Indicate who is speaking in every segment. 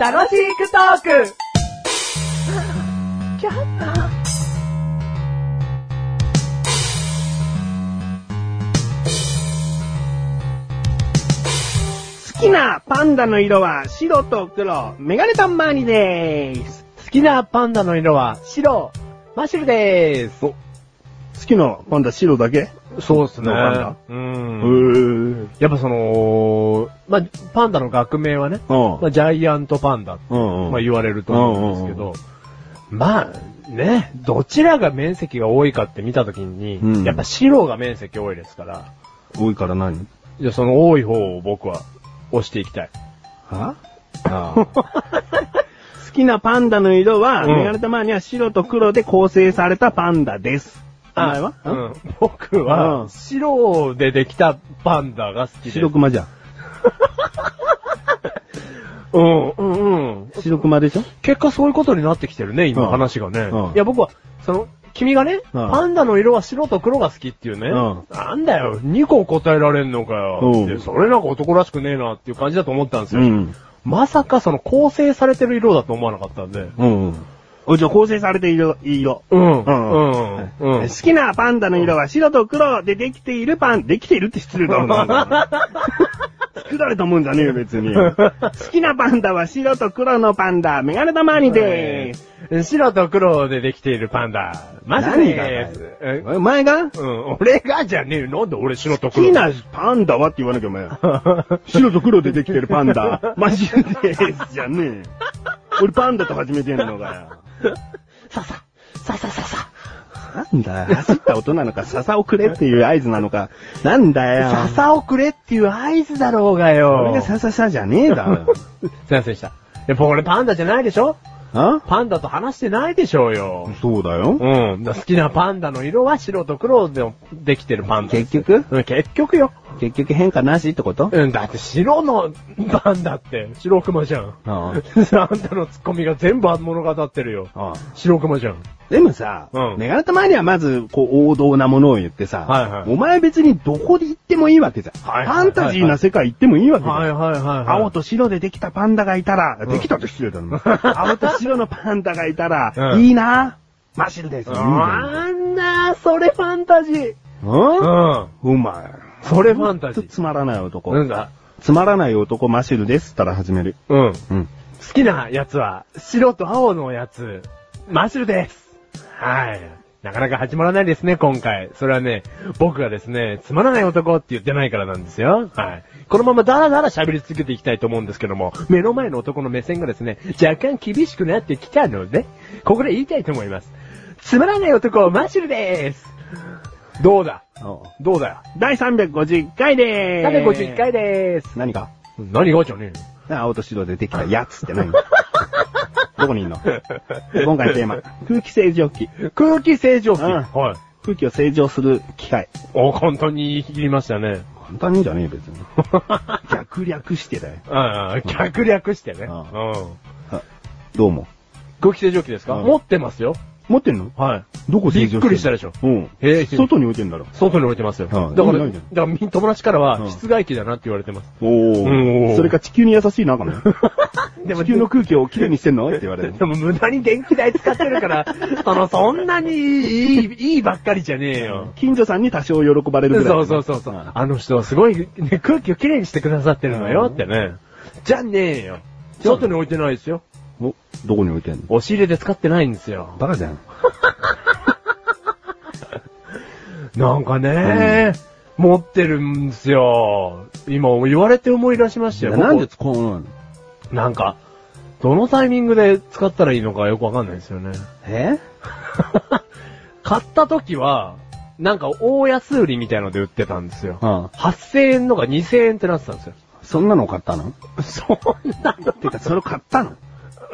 Speaker 1: 楽しくトーク
Speaker 2: 好きなパンダの色は白と黒、メガネタンマーニでーす。
Speaker 3: 好きなパンダの色は白、マッシュルでーす。
Speaker 2: 好きなパンダ白だけ
Speaker 3: そうっすね。
Speaker 2: パンダ
Speaker 3: う
Speaker 2: ー。
Speaker 3: ん。やっぱその、まあ、パンダの学名はね、
Speaker 2: うん
Speaker 3: まあ、ジャイアントパンダ、
Speaker 2: うんうん。
Speaker 3: まあ、言われると思うんですけど、まあ、ね、どちらが面積が多いかって見たときに、
Speaker 2: うん
Speaker 3: やっぱ白が面積多いですから、
Speaker 2: 多いから何
Speaker 3: じゃあその多い方を僕は押していきたい。
Speaker 2: は
Speaker 3: あ
Speaker 2: 好きなパンダの色は、
Speaker 3: うん
Speaker 2: メガネタンマーニは白と黒で構成されたパンダです。名前 は、
Speaker 3: うん、僕
Speaker 2: うん
Speaker 3: は、白でできたパンダが好きです。
Speaker 2: 白熊じゃん。
Speaker 3: うん、うん、うん。
Speaker 2: 白熊でしょ
Speaker 3: 結果そういうことになってきてるね、
Speaker 2: うん
Speaker 3: 今話がね。
Speaker 2: うん
Speaker 3: いや、僕は、その、君がね、パンダの色は白と黒が好きっていうね、
Speaker 2: うん
Speaker 3: なんだよ、2個答えられんのかよ、
Speaker 2: うん
Speaker 3: でそれなんか男らしくねえなっていう感じだと思ったんですよ。
Speaker 2: ん。
Speaker 3: まさかその構成されてる色だと思わなかったんで。
Speaker 2: うん、うん。おじゃあ構成されている色。
Speaker 3: うん、
Speaker 2: う
Speaker 3: うんん、うん。
Speaker 2: 好きなパンダの色は白と黒でできているパン、できているって失礼だろうな。 作られたもんじゃねえよ、別に。好きなパンダは白と黒のパンダ、メガネ玉にでーす。
Speaker 3: 白と黒でできているパンダ、マジでーす。え
Speaker 2: お前が好
Speaker 3: うん、俺がじゃねえよ。なんで俺白と黒
Speaker 2: きなパンダはって言わなきゃお前。白と黒でできてるパン ダ、マジでーすじゃねえ。俺パンダと始めてんのか
Speaker 3: ささ、ささささ、
Speaker 2: よ。なんだよ。走った音なのか、笹をくれっていう合図なのか。なんだよ。
Speaker 3: ささをくれっていう合図だろうがよ。
Speaker 2: 俺が笹さじゃねえだろ。
Speaker 3: すいませんでした。やっぱ俺パンダじゃないでしょ
Speaker 2: あ
Speaker 3: パンダと話してないでしょうよ。
Speaker 2: そうだよ。
Speaker 3: うん。好きなパンダの色は白と黒でできてるパンダ。
Speaker 2: 結局
Speaker 3: うん結局よ。
Speaker 2: 結局変化なしってこと
Speaker 3: うん、だって白のパンダって白熊じゃん。
Speaker 2: あ
Speaker 3: あんたのツッコミが全部物語ってるよ。
Speaker 2: ああ
Speaker 3: 白熊じゃん。
Speaker 2: でもさ、
Speaker 3: うん
Speaker 2: メガネたまにはまず、こう、王道なものを言ってさ、
Speaker 3: はいはい
Speaker 2: お前別にどこで行ってもいいわけじゃん。
Speaker 3: はいはい
Speaker 2: ファンタジーな世界行ってもいいわけじゃん。
Speaker 3: はいはいはいはい。
Speaker 2: 青と白でできたパンダがいたら、できたって失礼だな。 青と白のパンダがいたら、
Speaker 3: うん
Speaker 2: いいなマシルです。いいじゃん
Speaker 3: あんな、それファンタジー。
Speaker 2: うん
Speaker 3: うん。
Speaker 2: うまい。
Speaker 3: それファンタ
Speaker 2: ち
Speaker 3: ジ
Speaker 2: ょっと
Speaker 3: ー。
Speaker 2: つまらない男。
Speaker 3: なんだ
Speaker 2: つまらない男マシルですったら始める。
Speaker 3: うん。
Speaker 2: うん。
Speaker 3: 好きなやつは、白と青のやつ、マッシュルです。はい。なかなか始まらないですね、今回。それはね、僕がですね、つまらない男って言ってないからなんですよ。はい。このままダラダラ喋り続けていきたいと思うんですけども、目の前の男の目線がですね、若干厳しくなってきたので、ここで言いたいと思います。つまらない男、マッシュルです。どうだどうだよ。
Speaker 2: 第351回でーす。
Speaker 3: 351回でーす。
Speaker 2: 何か
Speaker 3: 何がじゃねえよ。
Speaker 2: 青と白でできたやつって何どこにいんの今回のテーマ。空気清浄機。
Speaker 3: 空気清浄機。
Speaker 2: うん
Speaker 3: はい。
Speaker 2: 空気を清浄する機械。
Speaker 3: お、簡単に言い切りましたね。
Speaker 2: 簡単にじゃねえよ別に。逆略してだよ。
Speaker 3: うん、逆略してね。
Speaker 2: う
Speaker 3: うんん。
Speaker 2: どうも。
Speaker 3: 空気清浄機ですか、
Speaker 2: うん
Speaker 3: 持ってますよ。
Speaker 2: 持ってんの
Speaker 3: はい。
Speaker 2: どこ清浄
Speaker 3: びっくりしたでしょ。
Speaker 2: うん。
Speaker 3: へえ
Speaker 2: 外に置いてんだろ。
Speaker 3: 外に置いてますよ。
Speaker 2: うん
Speaker 3: だから、
Speaker 2: 意味ない
Speaker 3: だ
Speaker 2: じゃん
Speaker 3: からみ友達から
Speaker 2: うん
Speaker 3: は、室外機だなって言われてます。
Speaker 2: お
Speaker 3: うんおー
Speaker 2: それか地球に優しいな、かね。
Speaker 3: でも
Speaker 2: 地球の空気をきれいにしてんのって言われる。
Speaker 3: でも無駄に電気代使ってる から、その、そんなにいい、いいばっかりじゃねえよ。
Speaker 2: 近所さんに多少喜ばれるぐらい。
Speaker 3: そうそうそうそう。あの人はすごい、ね、空気をきれいにしてくださってるのよってね。じゃねえよ。外に置いてないですよ。
Speaker 2: お、どこに置いてんの
Speaker 3: 押し入れで使ってないんですよ。
Speaker 2: バカじゃん。
Speaker 3: なんかね、持ってるんですよ。今言われて思い出しましたよ。
Speaker 2: なんで
Speaker 3: こ
Speaker 2: 使わないの
Speaker 3: こなんか、どのタイミングで使ったらいいのかよくわかんないですよね。
Speaker 2: え
Speaker 3: 買った時は、なんか大安売りみたいので売ってたんですよ。
Speaker 2: うん。
Speaker 3: 8000円のが2000円ってなってたんですよ。
Speaker 2: そんなの買ったの
Speaker 3: そんなの
Speaker 2: てか、それを買ったの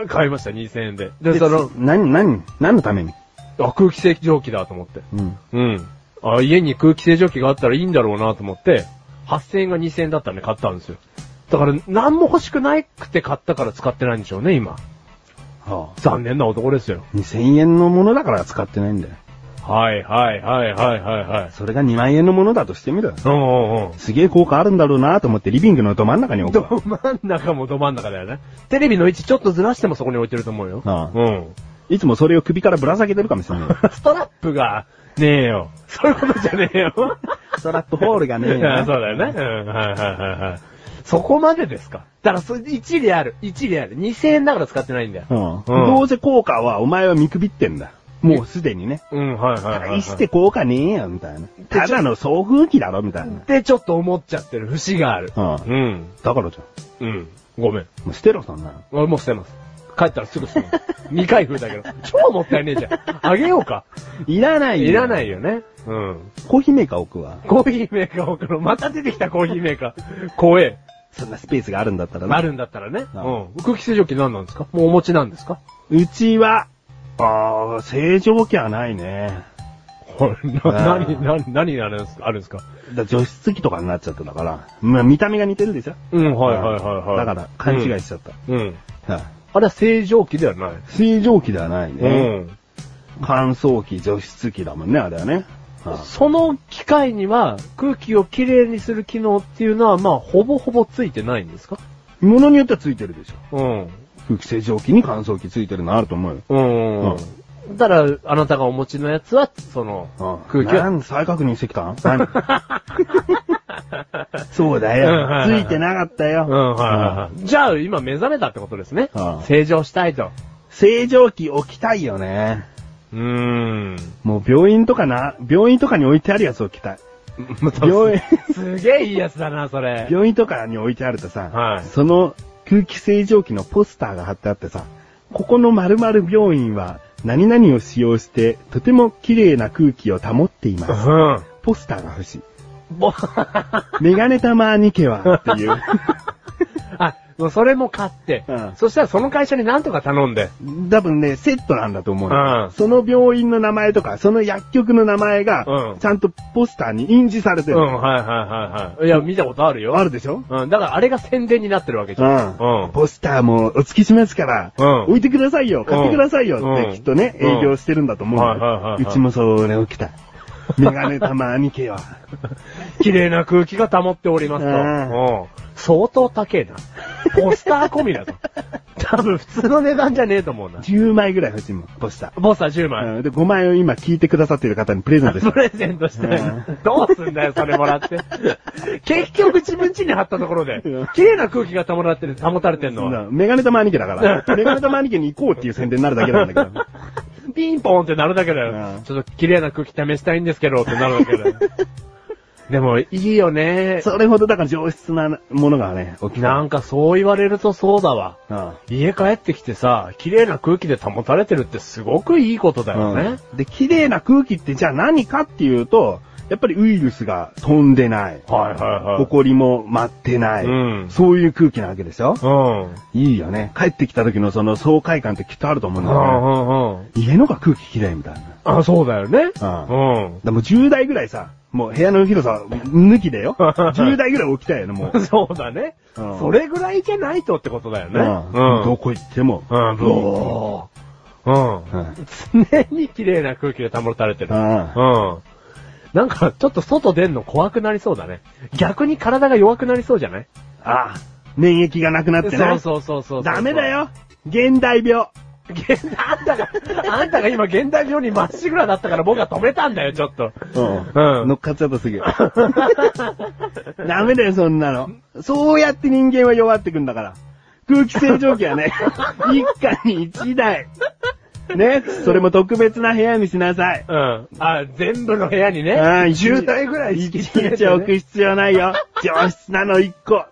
Speaker 3: 買いました、2000円で。で、その、
Speaker 2: 何、何、何のために
Speaker 3: あ、空気清浄機だと思って。
Speaker 2: うん。
Speaker 3: うん。あ、家に空気清浄機があったらいいんだろうなと思って、8000円が2000円だったんで買ったんですよ。だから、何も欲しくないくて買ったから使ってないんでしょうね、今。
Speaker 2: はあ、
Speaker 3: 残念な男ですよ。
Speaker 2: 2000円のものだから使ってないんだよ。
Speaker 3: はいはいはいはいはいはい。
Speaker 2: それが2万円のものだとしてみる。
Speaker 3: うんうんうん。
Speaker 2: すげえ効果あるんだろうなと思ってリビングのど真ん中に置くわ。
Speaker 3: ど真ん中もど真ん中だよね。テレビの位置ちょっとずらしてもそこに置いてると思うよ。
Speaker 2: ああ
Speaker 3: うん。
Speaker 2: いつもそれを首からぶら下げてるかもしれ ない。
Speaker 3: ストラップが、ねえよ。そういうことじゃねえよ。
Speaker 2: ストラップホールがね
Speaker 3: ああ そうだよね。うん、はいはいはいはい。そこまでですか。だからそ、1リアル、1リアル。2000円だから使ってないんだよ。
Speaker 2: うん。
Speaker 3: うん
Speaker 2: どうせ効果はお前は見くびってんだ。もうすでにね。
Speaker 3: うん、はいはいはい、はい。
Speaker 2: 大して効果ねえよ、みたいな。ただの送風機だろ、みたいな
Speaker 3: っ。てちょっと思っちゃってる節がある。
Speaker 2: うん。
Speaker 3: ん。
Speaker 2: だからじゃん。
Speaker 3: うん。ごめん。
Speaker 2: もう捨てろ、そんなの。
Speaker 3: 俺もう捨てます。帰ったらすぐ捨て ます。2回封だけど。超もったいねえじゃん。あげようか。
Speaker 2: いらない。
Speaker 3: いらないいよね。うん。
Speaker 2: コーヒーメーカー置くわ。
Speaker 3: コーヒーメーカー送ろう。また出てきたコーヒーメーカー。怖え。
Speaker 2: そんなスペースがあるんだったら
Speaker 3: あ
Speaker 2: な。
Speaker 3: るんだったらね。
Speaker 2: あ
Speaker 3: うん。空気清浄機何なんですかもうお持ちなんですか
Speaker 2: うちは、ああ、正常期はないね。
Speaker 3: これ、な、
Speaker 2: あー
Speaker 3: 何、何、何があるんですかあるんですか
Speaker 2: だ除湿機とかになっちゃってたから、まあ見た目が似てるでしょ
Speaker 3: うん、はいはいはいはい。
Speaker 2: だから、勘違いしちゃった。
Speaker 3: うん。うん。
Speaker 2: はい
Speaker 3: あれは正常期ではない。
Speaker 2: 正常期ではないね。
Speaker 3: ん。
Speaker 2: 乾燥機、除湿機だもんね、あれはね。はい
Speaker 3: その機械には空気をきれいにする機能っていうのはまあほぼほぼついてないんですか
Speaker 2: ものによってはついてるでしょ。
Speaker 3: うん。
Speaker 2: 空気清浄機に乾燥機ついてるのあると思うよ。
Speaker 3: うん。だから、あなたがお持ちのやつは、その
Speaker 2: うん、
Speaker 3: 空気
Speaker 2: な
Speaker 3: は、
Speaker 2: ん再確認してきたん 何そうだ
Speaker 3: うんはい
Speaker 2: よ。
Speaker 3: はい
Speaker 2: つ
Speaker 3: はい
Speaker 2: いてなかったよ。
Speaker 3: うん、はいはいはい。じゃあ、今目覚めたってことですね
Speaker 2: うん。
Speaker 3: 正常したいと。
Speaker 2: 正常期置きたいよね。
Speaker 3: う ーん。
Speaker 2: もう病院とかな、病院とかに置いてあるやつ置きたい。病院、
Speaker 3: すげえいいやつだな、それ。
Speaker 2: 病院と かに置いてあるとさ、
Speaker 3: はい
Speaker 2: その空気清浄機のポスターが貼ってあってさ、ここの〇〇病院は何々を使用してとても綺麗な空気を保っています。
Speaker 3: ん。
Speaker 2: ポスターが欲しい。
Speaker 3: ぼ
Speaker 2: メガネタマーニケはって いう。
Speaker 3: あ、もうそれも買って
Speaker 2: うん。
Speaker 3: そしたらその会社になんとか頼んで。
Speaker 2: 多分ね、セットなんだと思うよ、
Speaker 3: うん
Speaker 2: その病院の名前とか、その薬局の名前
Speaker 3: う
Speaker 2: が
Speaker 3: ん、
Speaker 2: ちゃんとポスターに印字されて
Speaker 3: う
Speaker 2: る。
Speaker 3: ん、はいはいはいはい。いや、見たことあるよ。
Speaker 2: あるでしょ
Speaker 3: うん、だからあれが宣伝になってるわけじゃん。うん
Speaker 2: ポスターもお付きしますから、
Speaker 3: うん
Speaker 2: 置いてくださいよ、買ってくださいよ
Speaker 3: うん
Speaker 2: ってきっとね、
Speaker 3: うん
Speaker 2: 営業してるんだと思う
Speaker 3: はいはいはいは
Speaker 2: んだ
Speaker 3: い
Speaker 2: よ。うちもそれ起きた。メガネ玉兄貴 は。
Speaker 3: 綺麗な空気が保っておりますと。
Speaker 2: うん
Speaker 3: うん相当高えな。ポスター込 みだと。多分普通の値段じゃねえと思うな。
Speaker 2: 10枚ぐらい欲しいもん、ポスタ
Speaker 3: ポスター10枚。
Speaker 2: ー。うんで、5枚を今聞いてくださっている方にプレゼントし
Speaker 3: プ
Speaker 2: た。
Speaker 3: レゼントして、
Speaker 2: う
Speaker 3: どうすんだよ、それも らって。結局自分家に貼ったところで
Speaker 2: うん、
Speaker 3: 綺麗な空気が保られてる、保たれてんのは。
Speaker 2: うんメガネ玉兄貴だ から。メガネ玉兄貴に行こうっていう宣伝になるだけなんだけど。
Speaker 3: ピンポンってなるだけだよ。
Speaker 2: うん
Speaker 3: ちょっと綺麗な空気試したいんですけど、ってなるだけだよ。 でも、いいよね。
Speaker 2: それほどだから上質なものがね、沖
Speaker 3: な
Speaker 2: 縄。
Speaker 3: んかそう言われるとそうだわ。
Speaker 2: うん
Speaker 3: 家帰ってきてさ、綺麗な空気で保たれてるってすごくいいことだよね。
Speaker 2: うんで、綺麗な空気ってじゃあ何かっていうと、やっぱりウイルスが飛んでない。
Speaker 3: はいはいはい。
Speaker 2: 埃も待ってない、
Speaker 3: うん
Speaker 2: そういう空気なわけでしょ、
Speaker 3: うん。
Speaker 2: いいよね。帰ってきた時のその爽快感ってきっとあると思うん
Speaker 3: う
Speaker 2: だよね。
Speaker 3: んうんうん。
Speaker 2: 家のが空気きれいみたいな。
Speaker 3: あ、そうだよね。
Speaker 2: うん
Speaker 3: うん。
Speaker 2: でも10代ぐらいさ、もう部屋の広さ抜き でよ。10代ぐらい起きたいよね、もう。
Speaker 3: そうだね。
Speaker 2: うん
Speaker 3: それぐらいいけないとってことだよね。
Speaker 2: うんどこ行っても。
Speaker 3: うん、
Speaker 2: ブオー
Speaker 3: どううん。
Speaker 2: うん
Speaker 3: 常に綺麗な空気で保たれてる。
Speaker 2: う
Speaker 3: うん。
Speaker 2: ん
Speaker 3: なんか、ちょっと外出んの怖くなりそうだね。逆に体が弱くなりそうじゃない
Speaker 2: ああ、免疫がなくなって
Speaker 3: そう
Speaker 2: ね。
Speaker 3: そうそうそう。
Speaker 2: ダメだ。よ。現代病。
Speaker 3: 現 あんたが、あんたが今現代病にまっしぐらだったから僕は止めたんだよ、ちょっと。
Speaker 2: うん。乗っかっちゃったすぐ。ダメだよ、そんなの。そうやって人間は弱ってくんだから。空気清浄機は ね、一家に一台。ね、それも特別な部屋にしなさい。
Speaker 3: うん。あ、全部の部屋にね。
Speaker 2: うん、
Speaker 3: 10体ぐらい
Speaker 2: 一
Speaker 3: 敷き
Speaker 2: 日
Speaker 3: 詰め
Speaker 2: 置
Speaker 3: てね
Speaker 2: く必要ないよ。上質なの一個。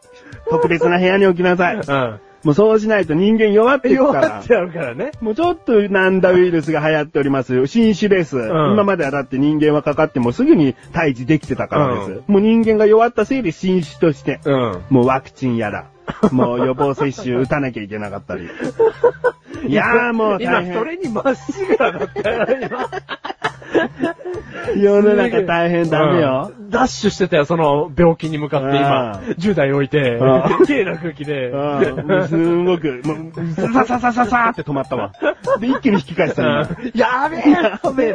Speaker 2: 特別な部屋に置きなさい。
Speaker 3: うん。
Speaker 2: もうそうしないと人間弱っていくか
Speaker 3: 弱
Speaker 2: ら
Speaker 3: っ。てあるからね。
Speaker 2: もうちょっとなんだウイルスが流行っております。新種です。
Speaker 3: ん
Speaker 2: 今まではだって人間はかかってもすぐに退治できてたからです。もう人間が弱ったせいで新種として、
Speaker 3: うん。
Speaker 2: もうワクチンや ら、もう予防接種打たなきゃいけなかったり。いやーもう大
Speaker 3: 今、
Speaker 2: 変。
Speaker 3: それにまっしぐらだったよ、今。
Speaker 2: 世の中大変ダメよ。
Speaker 3: うんダッシュしてたよ、その病気に向かって今。10代置いて
Speaker 2: う、ん
Speaker 3: 綺麗な空気で。
Speaker 2: うん、すんごく、もう、さささささーって止まったわ。で、一気に引き返したの。
Speaker 3: やべえやべえ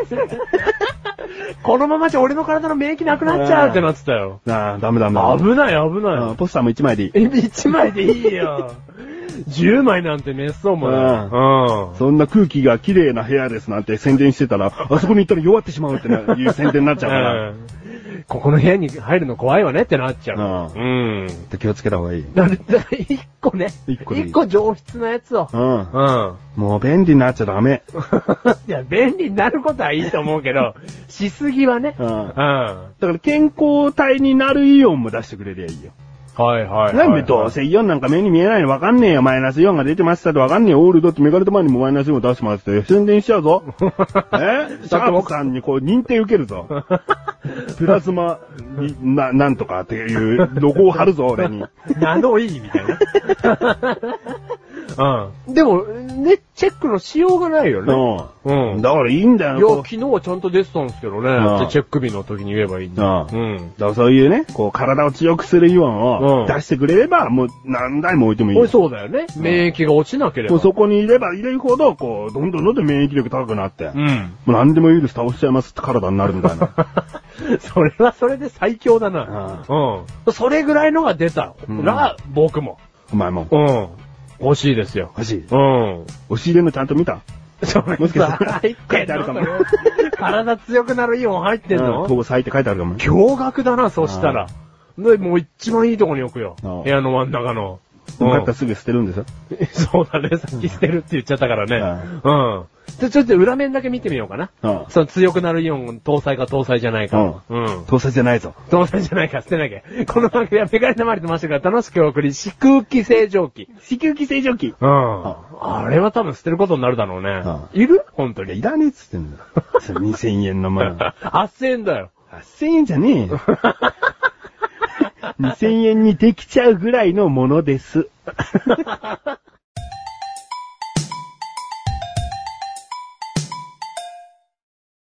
Speaker 3: このままじゃ俺の体の免疫なくなっちゃうってなってたよ。
Speaker 2: ああ、ダメダメ。
Speaker 3: 危ない危
Speaker 2: うん
Speaker 3: ない。
Speaker 2: ポスターも一枚でいい。
Speaker 3: え、1枚でいいよ。10枚なんて滅相もない。うん。
Speaker 2: そんな空気が綺麗な部屋ですなんて宣伝してた ら、あそこに行ったら弱ってしまうってないう宣伝になっちゃうから。
Speaker 3: うんここの部屋に入るの怖いわねってなっちゃう。うん。
Speaker 2: 気をつけた方がいい。
Speaker 3: なる、だから一個ね。
Speaker 2: 一個でいい
Speaker 3: 上質なやつを。
Speaker 2: うん
Speaker 3: う。ん。
Speaker 2: もう便利になっちゃダメ。
Speaker 3: いや、便利になることはいいと思うけ ど、しすぎはね。
Speaker 2: うん。
Speaker 3: うん。
Speaker 2: だ
Speaker 3: は
Speaker 2: から健康体になるイオンも出してくれりゃいいよ。
Speaker 3: いはいはい。
Speaker 2: なん でどうせイオンなんか目に見えないのわかんねえよ。マイナスイオンが出てましたとわかんねえよ。オールドってメガネと前にもマイナスイオン出してますって宣伝しちゃうぞ。 えシャープさんにこう認定受けるぞ。プラズマに、な、なんとかっていうロゴを貼るぞ、俺 に。
Speaker 3: なのいいみたいな。 うん。でも、ね、チェックのしようがないよね。
Speaker 2: う。
Speaker 3: うんん。
Speaker 2: だからいいんだ
Speaker 3: い
Speaker 2: よ。
Speaker 3: や、
Speaker 2: こう
Speaker 3: 昨日はちゃんと出てたんですけど
Speaker 2: うん
Speaker 3: ね。ってチェック日の時に言えばいいんだ。
Speaker 2: う
Speaker 3: うん。
Speaker 2: だからそういうね、こう体を強くするイオンを
Speaker 3: うん
Speaker 2: 出してくれれば、もう何台も置いてもいい
Speaker 3: お
Speaker 2: よ
Speaker 3: い。そうだよね。免疫が落ちなけれ
Speaker 2: もう
Speaker 3: ば。
Speaker 2: そこにいればいるほど、こう、どんどんどんどん免疫力高くなって、も
Speaker 3: ん。
Speaker 2: う何でもウイルス倒しちゃいますって体になるみたいな。
Speaker 3: それはそれで最強だな。うん。それぐらいのが出たら、僕も。
Speaker 2: お前も。
Speaker 3: うん。欲しいですよ。
Speaker 2: 欲しい。
Speaker 3: うん。
Speaker 2: 押し入れのちゃんと見た
Speaker 3: それ
Speaker 2: もしかしたら
Speaker 3: 入ってんのそれ体強くなるイオン入ってん
Speaker 2: う
Speaker 3: の
Speaker 2: んここ咲いて書いてあるかも。
Speaker 3: 驚愕だな、そしたら。で、もう一番いいとこに置くよ。
Speaker 2: うん
Speaker 3: 部屋の真ん中の。
Speaker 2: よかった
Speaker 3: う
Speaker 2: らすぐ捨てるんですよ。
Speaker 3: ん そうだね、さっき捨てるって言っちゃったからね。うん。じゃ、ちょっと裏面だけ見てみようかな。
Speaker 2: うん。
Speaker 3: その強くなるイオン、搭載か搭載じゃないか。うん。
Speaker 2: 盗撮じゃない ぞ。
Speaker 3: 搭載じゃないか、捨てなきゃ。この番組はメガネの周りと回してから楽しくお送り、四空気清浄機。
Speaker 2: 子宮器清浄機。
Speaker 3: うん。あれは多分捨てることになるだろうね。いる本当
Speaker 2: いや、
Speaker 3: に
Speaker 2: い。らねえっつってんだよ。それ2000円のもの。
Speaker 3: 8000円だよ。
Speaker 2: 8000円じゃねえよ。2000円にできちゃうぐらいのものです。